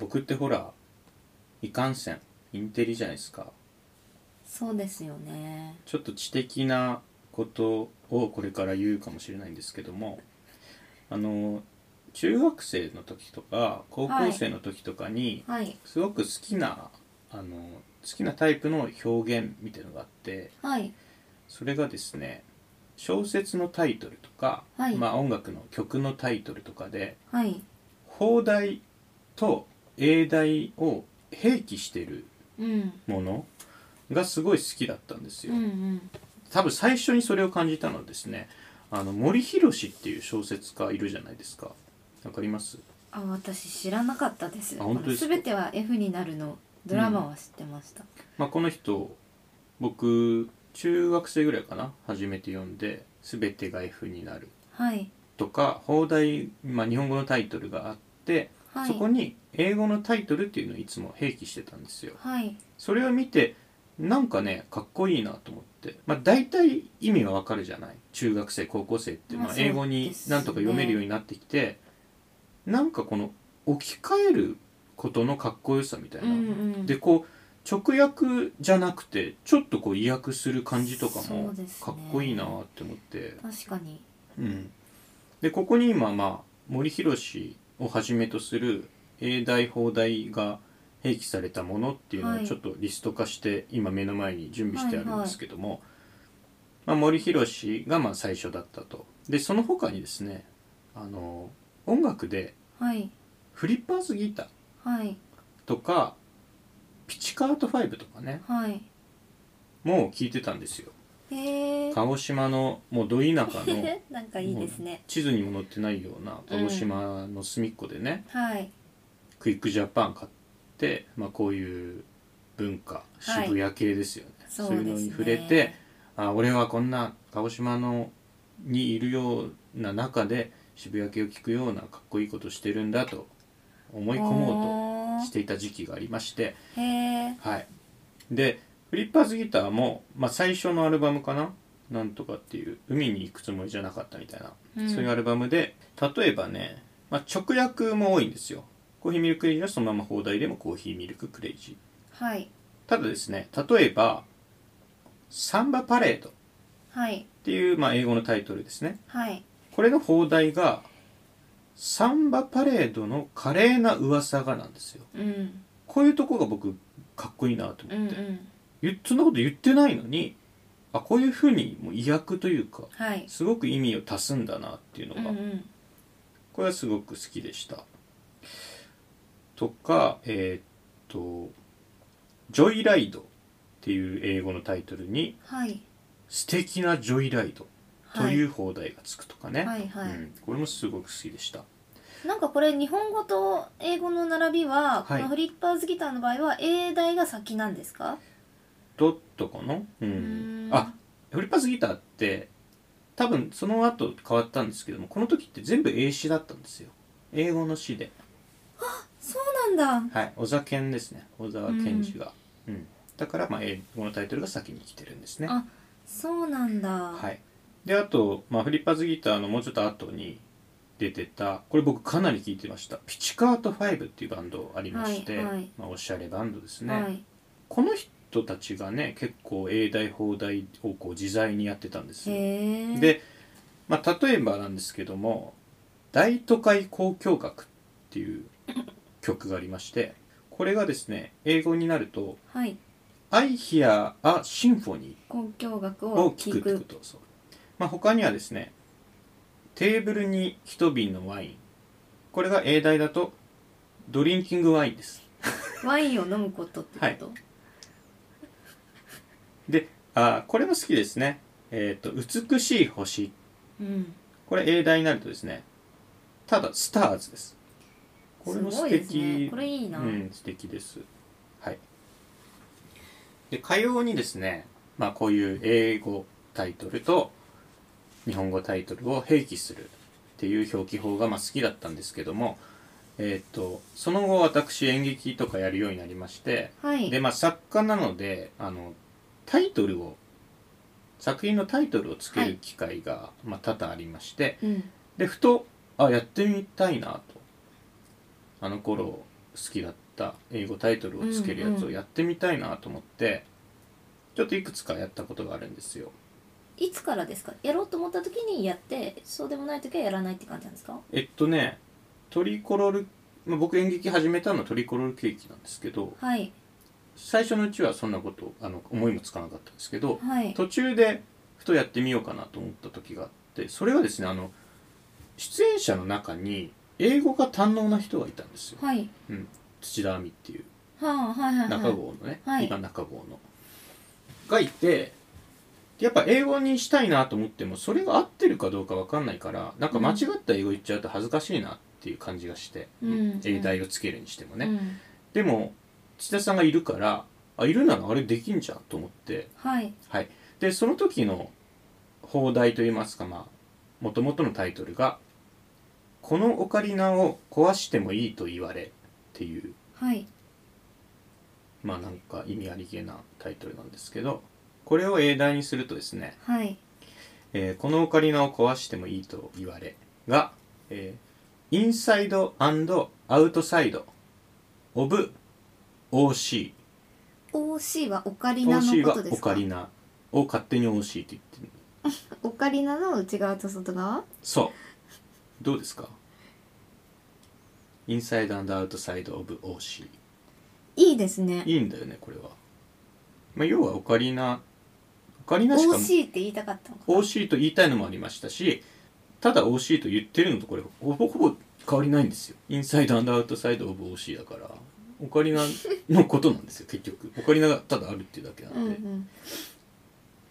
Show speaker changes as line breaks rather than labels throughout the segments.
僕ってほらいかんせんインテリじゃないですか
そうですよね
ちょっと知的なことをこれから言うかもしれないんですけどもあの中学生の時とか高校生の時とかに
はい
すごく好きな、あの好きなタイプの表現みたいのがあって
はい
それがですね小説のタイトルとか、
はい
まあ、音楽の曲のタイトルとかで
はい
邦題と英題を併記してる
うん
ものがすごい好きだったんです
う
よ。
んうん
多分最初にそれを感じたのはですねあの森博っていう小説家いるじゃないですかわかります
あ私知らなかったです
あ本当ですか
全ては F になるのドラマは知ってました、
まあ、この人僕中学生ぐらいかな初めて読んで「すべてが F になる
はい」
とか放題、まあ、日本語のタイトルがあって、
はい
そこに英語のタイトルっていうのをいつも併記してたんですよ
はい
それを見てなんかねかっこいいなと思って、まあ、大体意味はわかるじゃない中学生高校生って、
まあ
まあ、
そう
英語に
ですね
なんとか読めるようになってきて、なんかこの置き換えることのかっこよさみたいな、
うんうん
でこう直訳じゃなくてちょっとこう意訳する感じとかも
そうですね
かっこいいなって思って
確かに
うん、でここに今、まあ、森博をはじめとする英大法大が併記されたものっていうの
は
を
い
ちょっとリスト化して、今目の前に準備してあるんですけども、まあ、森博がまあ最初だったとでその他にですねあの音楽で
はい
フリッパーズギター
はい
とかピチカート5とかね
はい
もう聴いてたんですよ
へえ
鹿児島のもうど田舎の
なんかいいですね
地図にも載ってないような鹿児島の隅っこでね、
はい
クイックジャパン買って、まあ、こういう文化
はい
渋谷系ですよね、
そう
そう
で
いう
すね
のに触れてあ俺はこんな鹿児島のにいるような中で渋谷系を聞くようなかっこいいことしてるんだと思い込もうとしていた時期がありまして、
とへえ
はい、でフリッパーズギターも、まあ、最初のアルバムかななんとかっていう海に行くつもりじゃなかったみたいな
うん
そういうアルバムで例えばね、まあ、直訳も多いんですよコーヒーミルククレイジーはそのまま放題でもコーヒーミルククレイジー
はい
ただですね例えば「サンバパレード」っ
はい
ていう、まあ、英語のタイトルですね
はい
これの放題が「サンバパレードの華麗な噂が」なんですよ
うん
こういうとこが僕かっこいいなと
う
思
んう
って、
ん
ゆそんなこと言ってないのにあこういうふうにもう意訳というか
はい
すごく意味を足すんだなっていうの
うん
が
うん
これはすごく好きでした。とか、えーっと、ジョイライドっていう英語のタイトルに、
はい
素敵なジョイライドという放題がつくとかね。
はいはい
うん、これもすごく好きでした。
なんかこれ日本語と英語の並び
は
は、
い
このフリッパーズギターの場合は英題が先なんですか
ドットかなうん。
ん
あ、フリッパーズギターって、多分その後変わったんですけども、この時って全部英詞だったんですよ。英語の詞で。
そうなんだ
はい、小沢健ですね。小沢健二が。うん。だから、まあ、英語のタイトルが先に来てるんですね。
あそうなんだ
はいい、であと、まあ、フリッパーズギターのもうちょっと後に出てたこれ僕かなり聴いてましたピチカート5っていうバンドありまして、
はいはい
まあ、おしゃれバンドですね、
はい
この人たちがね結構英大放題をこう自在にやってたんです
へ
よ
え
で、まあ、例えばなんですけども「大都会交響楽」って いう曲がありましてこれがですね英語になると
はい
「I hear a symphony」
交響楽
を
を
聞
聞
くってこ
く
とそう、まあ、他にはですねテーブルに一瓶のワインこれが英題だとドリンキングワインです
ワインを飲むことってこと、
であーこれも好きですねえっ、と美しい星
うん
これ英題になるとですねただスターズですこれも
す
素
ごいで
敵
すねこれいいな、
うん、素敵ですはいで歌謡にですねまあこういう英語タイトルと日本語タイトルを併記するっていう表記法がまあ好きだったんですけどもえっ、とその後私演劇とかやるようになりまして
はい
でまあ作家なのであのタイトルを作品のタイトルをつける機会が、まあ、多々ありまして
うん
でふとあやってみたいなとあの頃好きだった英語タイトルをつけるやつ
うんう
を
ん
やってみたいなと思って、ちょっといくつかやったことがあるんですよ。
いつからですかやろうと思った時にやってそうでもない時はやらないって感じなんですか
えっとねトリコロール、まあ、僕演劇始めたのはトリコロールケーキなんですけど
はい
最初のうちはそんなことあの思いもつかなかったんですけど
はい
途中でふとやってみようかなと思った時があってそれはですねあの出演者の中に英語が堪能な人がいたんですよ
はい
土田亜美っていう
はあはいはいは
中
い
郷のね、
はい
今中郷のがいてやっぱ英語にしたいなと思ってもそれが合ってるかどうかわかんないからなんか間違った英語言っちゃうと恥ずかしいなっていう感じがして、
うん
英題をつけるにしてもね、
うん、
でも千田さんがいるからあいるならあれできんじゃんと思って
はい
はいでその時の放題といいますかまあもともとのタイトルが「このオカリナを壊してもいいと言われ」っていう
はい
まあなんか意味ありげなタイトルなんですけどこれを英題にするとですね
はい
「えーこのオカリナを壊してもいいと言われ」が、えー「インサイドアウトサイドオブ OC」
OC はオカリナの
OC
こ
は
とで
オ
すか
カリナを勝手に OC って言ってる
オカリナの内側と外側
そうどうですかインサイドアウトサイドオブ OC
いいですね
いいんだよねこれは、まあ、要はオカリナオカリナしか
OC って言いたかったのか
OC と言いたいのもありましたしただ OC と言ってるのとこれほぼほぼ変わりないんですよインサイドアウトサイドオブ OC だからオカリナのことなんですよ結局オカリナがただあるっていうだけなん
うんう
で、
ん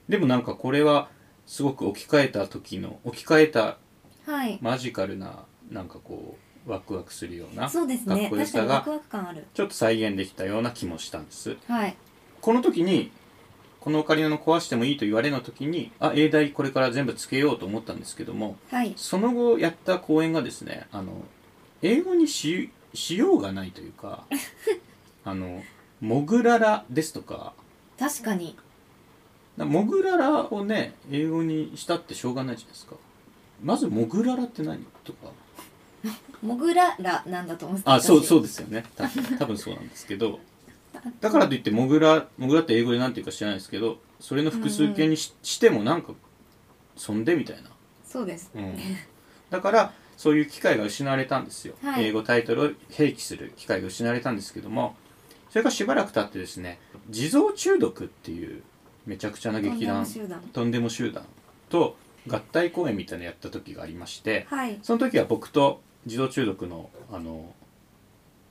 でもなんかこれはすごく置き換えた時の置き換えた
はい
マジカルななんかこうワクワクするような
そうです
かっ
ね
こよ
確
さ
かにワ
が
クワク感ある
ちょっと再現できたような気もしたんです
はい
この時にこのオカリナの壊してもいいと言われの時にあ英題これから全部つけようと思ったんですけども
はい
その後やった講演がですねあの英語にししようがないというかあの「モグララ」ですとか
確かに
「なモグララ」をね英語にしたってしょうがないじゃないですかまず「モグララ」って何とか
モグララなんだと思って
あそうそう
う
ですよね多分多分そうなんですけどだからといってモグラモグラって英語で何て言うか知らないですけどそれの複数形にし,、してもなんかそんでみたいな
そうです
うん、だからそういう機会が失われたんですよ、
はい
英語タイトルを併記する機会が失われたんですけどもそれがしばらく経ってですね「地蔵中毒」っていうめちゃくちゃな
とん
劇
でも
団
集団
とんでも集団と合体公演みたいなのやった時がありまして
はい
その時は僕と地蔵中毒のあの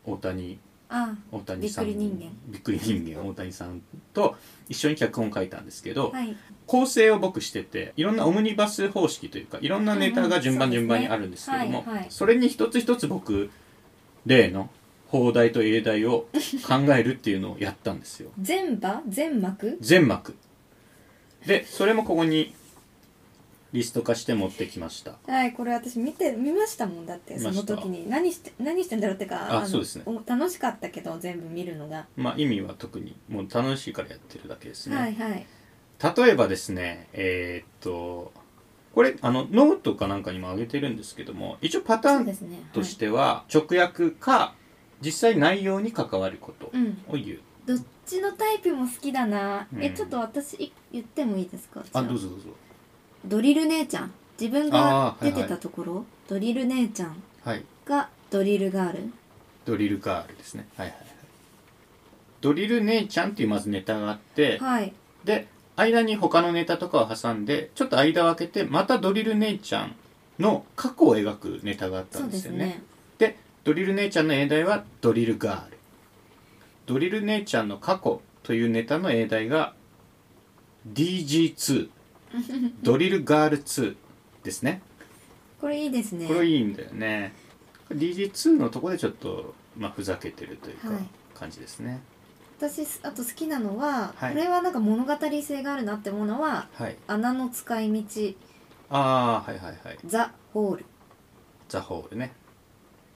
大谷
あ
大谷さん
びっくり人
びっくり人間大谷さんと一緒に脚本書いたんですけど、
はい
構成を僕してていろんなオムニバス方式というかいろんなネタが順番
うんうん
順番にあるんですけども
はいはい
それに一つ一つ僕例の放題と英題を考えるっていうのをやったんですよ
全場全幕
全幕でそれもここにリスト化して持ってきました
はいこれ私見て見ましたもんだって
見
そ
ました
の時に何して何してんだろうってか
あ
の
そうですね
お楽しかったけど全部見るのが
まあ意味は特にもう楽しいからやってるだけですね、
はいはい
例えばですねえーっとこれあのノートかなんかにも上げてるんですけども一応パター
そう
ン
ですねはい
としては直訳か実際内容に関わること
うん
を言う、
どっちのタイプも好きだな、
うん
えちょっと私い言ってもいいですか
あどう
ぞ
ぞどうぞ
ドリル姉ちゃん自分
あ
が
ーは
出
いはい
てたところ、ドリル姉ちゃん
はい
がドリルガール
ドリルガールですねはいはいはいドリル姉ちゃんっていうまずネタがあって、
はい
で間に他のネタとかを挟んでちょっと間を空けてまたドリル姉ちゃんの過去を描くネタがあった
そ
ん
う
で
です
よ
す
ね
ね
でドリル姉ちゃんの英題は「ドリルガール」ドリル姉ちゃんの過去というネタの英題が DG2 ドリルガール2ですね
これいいですね
これいいんだよね DG2 のとこでちょっと、まあ、ふざけてるというか
はい
感じですね
私あと好きなのは、
はい
これはなんか物語性があるなって思うのは
はい、
穴の使い道
ああはいはいはい
ザ・ホール
ザ・ホールね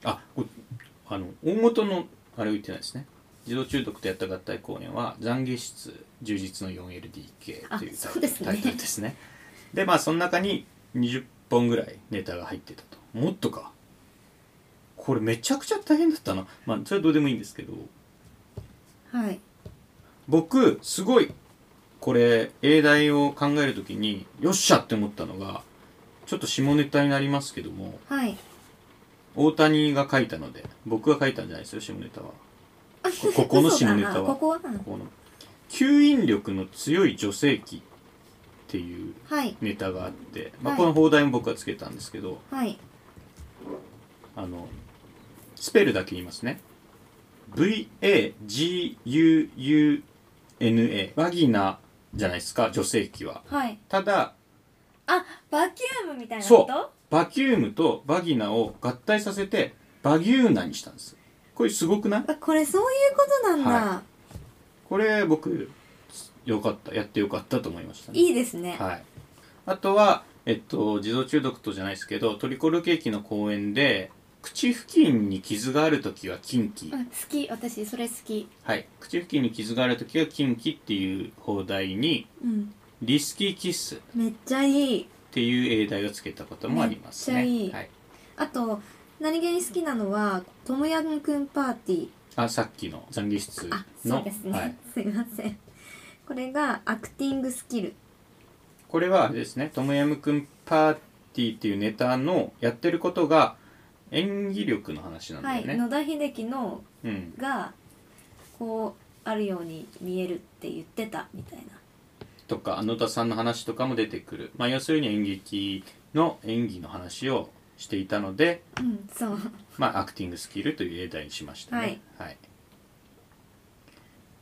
あこれあの大元のあれを言ってないですね児童中毒とやった合体公演は「懺悔室充実の 4LDK」
あ
というタイ
そ
トル
うですね
タイトルですねでまあその中に20本ぐらいネタが入ってたともっとかここれめちゃくちゃ大変だったなまあそれはどうでもいいんですけど
はい
僕すごいこれ英題を考えるときによっしゃって思ったのがちょっと下ネタになりますけども
はい
大谷が書いたので僕が書いたんじゃないですよ下ネタはこここの下 ネタ
そうだな
は
ここは、うん
この吸引力の強い女性器っていう
はい
ネタがあって、まあ、
はい
この放題も僕はつけたんですけど、
はい
あのスペルだけ言いますね VAGUUNA ワギナじゃないですか女性器は
はい
ただ
あバキュームみたいな
そ
こ
う
と
バキュームとバギナを合体させてバギューナにしたんですこれすごくない
あこれそういうことなんだ、
はこれ僕よかったやってよかったと思いましたね
い、いですね
はい、あとは、えっと、自動中毒とじゃないですけどトリコールケーキの公演で口付近に傷がある時は近畿、
うん好き私それ好き
はい、口付近に傷がある時は近畿っていう放題に
うん
リスキーキッスっ
めっちゃいい
ていう英題をつけたこともありますね
めっちゃいい
はい、
あと何気に好きなのはトムヤムクンパーティー
あさっきの懺悔室
あ
の
そうですね、
はい、
すいませんこれがアクティングスキル
これはあれですね「トムヤムくんパーティー」っていうネタのやってることが演技力の話なんだ
はい
よね、
野田秀樹の
うん、
がこうあるように見えるって言ってたみたいな
とか野田さんの話とかも出てくる、まあ、要するに演劇の演技の話をしていたので、
うんそう
まあ、アクティングスキルという英題にしましたね。はい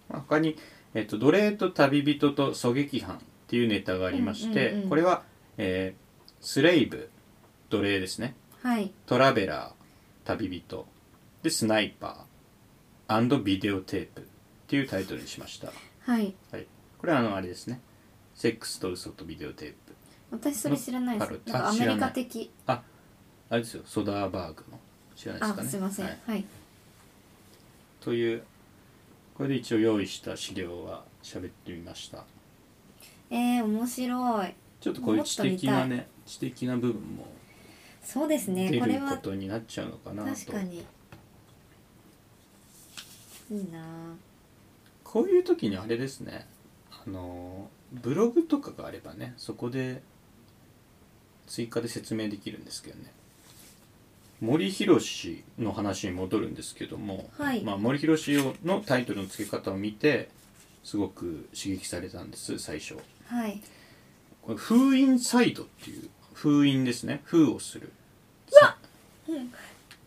まあ、他に、えっと「奴隷と旅人と狙撃犯」っていうネタがありまして、
うんうんうん
これは、えースレイブ奴隷ですね
はい
トラベラー旅人でスナイパーアンドビデオテープっていうタイトルにしました。
はい
はい、これはあのあれですねセックスと嘘とビデオテープ
私それ知らないです
あ
なんかアメリカ的
あれですよソダーバーグの知らないで
あ
すかね
すいません
はい
はい
というこれで一応用意した資料は喋ってみました
えー、面白い
ちょっとこういう知的なね知的な部分も
そうですね
出
こ
る
れ
こ
は
とになっちゃうのかなと
確かにいいなぁ
こういう時にあれですねあのブログとかがあればねそこで追加で説明できるんですけどね森博氏の話に戻るんですけども、
はい
まあ、森博氏のタイトルの付け方を見てすごく刺激されたんです最初
はい
これ封印サイドっていう封印ですね封をする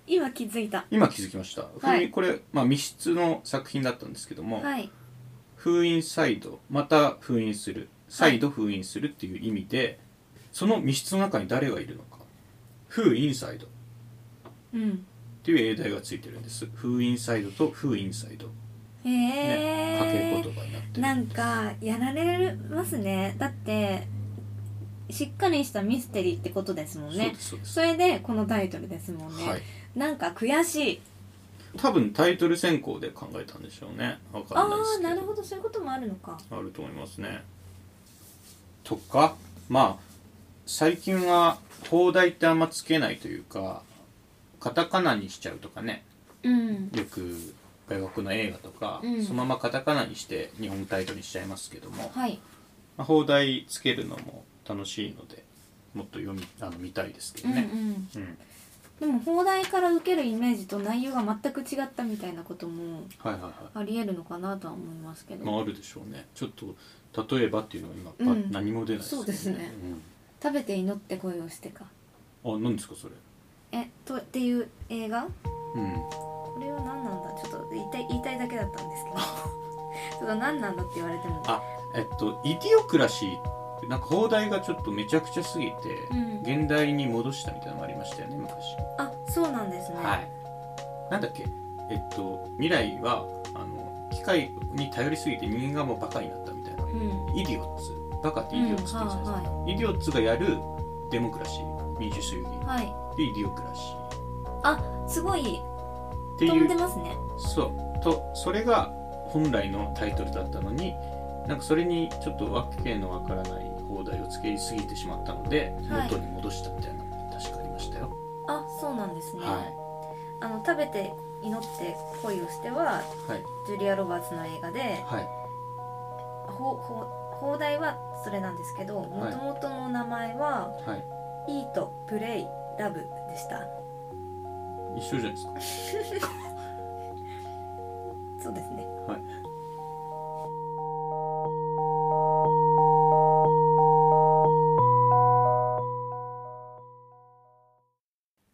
今気づいた
今気づきました、封印
はい
これ、まあ、密室の作品だったんですけども、
はい
封印再度また封印する再度封印するっていう意味で、その密室の中に誰がいるのか封印サイドっ
うん
ていう英題がついてるんです封印サイドと封印サイド
へ
ね、
え
掛け言葉になってる
なんかやられますねだってしっかりしたミステリーってことですもん
そう
ね
ですそうです
それでこのタイトルですもんね、
はい
なんか悔しい
多分タイトル選考で考えたんでしょうねわか
あ
んないです
あー
けど
なるほどそういうこともあるのか
あると思いますねとかまあ最近は放題ってあんまつけないというかカタカナにしちゃうとかね
うん
よく外国の映画とか、
うん
そのままカタカナにして日本タイトルにしちゃいますけども、
はい
まあ、放題つけるのも楽しいのでもっと読みあの見たいですけどね、
うんうん
うん
でも放題から受けるイメージと内容が全く違ったみたいなことも
はいはいは
ありえるのかなとは思いますけ
い、
ど、
まあ、あるでしょうねちょっと例えばっていうのは今、
うん
パ何も出ない
そうですね、食べて祈って恋をしてか
うん、あ何ですかそれ
えとっていう映画
うん
これは何なんだちょっと言いたい言いたいだけだったんです けどちょっと何なんだって言われても
あえっとイディオクラシーってなんか放題がちょっとめちゃくちゃすぎて、
うん
現代に戻したみたいなのがありましたよね昔
あそうなんですね、
はい、なんだっけえっと未来はあの機械に頼りすぎて人間がもうバカになったみたいな、
うん
イディオッツバカってイディオッツって言うじゃないですか、
う
イディオッツがやるデモクラシー民主主義
は
でイディオクラシー
いすごい
って
飛
い
んで
う
ますね
そうとそれが本来のタイトルだったのになんかそれにちょっとわけのわからない放題をつけすぎてしまったので
はい
元に戻したみたいなのが確かありましたよ、
あそうなんですね、
はい
あの食べて祈って恋をしては
はい
ジュリア・ロバーツの映画で
はい
ほほ放題はそれなんですけども
はい
ともとの名前は
はい
「イート・プレイ・ラブ」でした
一緒じゃないですか
そうですね
はい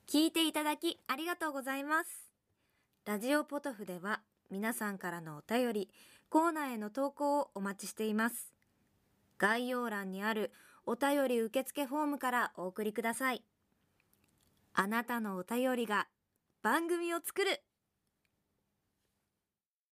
聞いていただきありがとうございますラジオポトフでは皆さんからのお便りコーナーへの投稿をお待ちしています概要欄にあるお便り受付フォームからお送りくださいあなたのお便りが番組を作る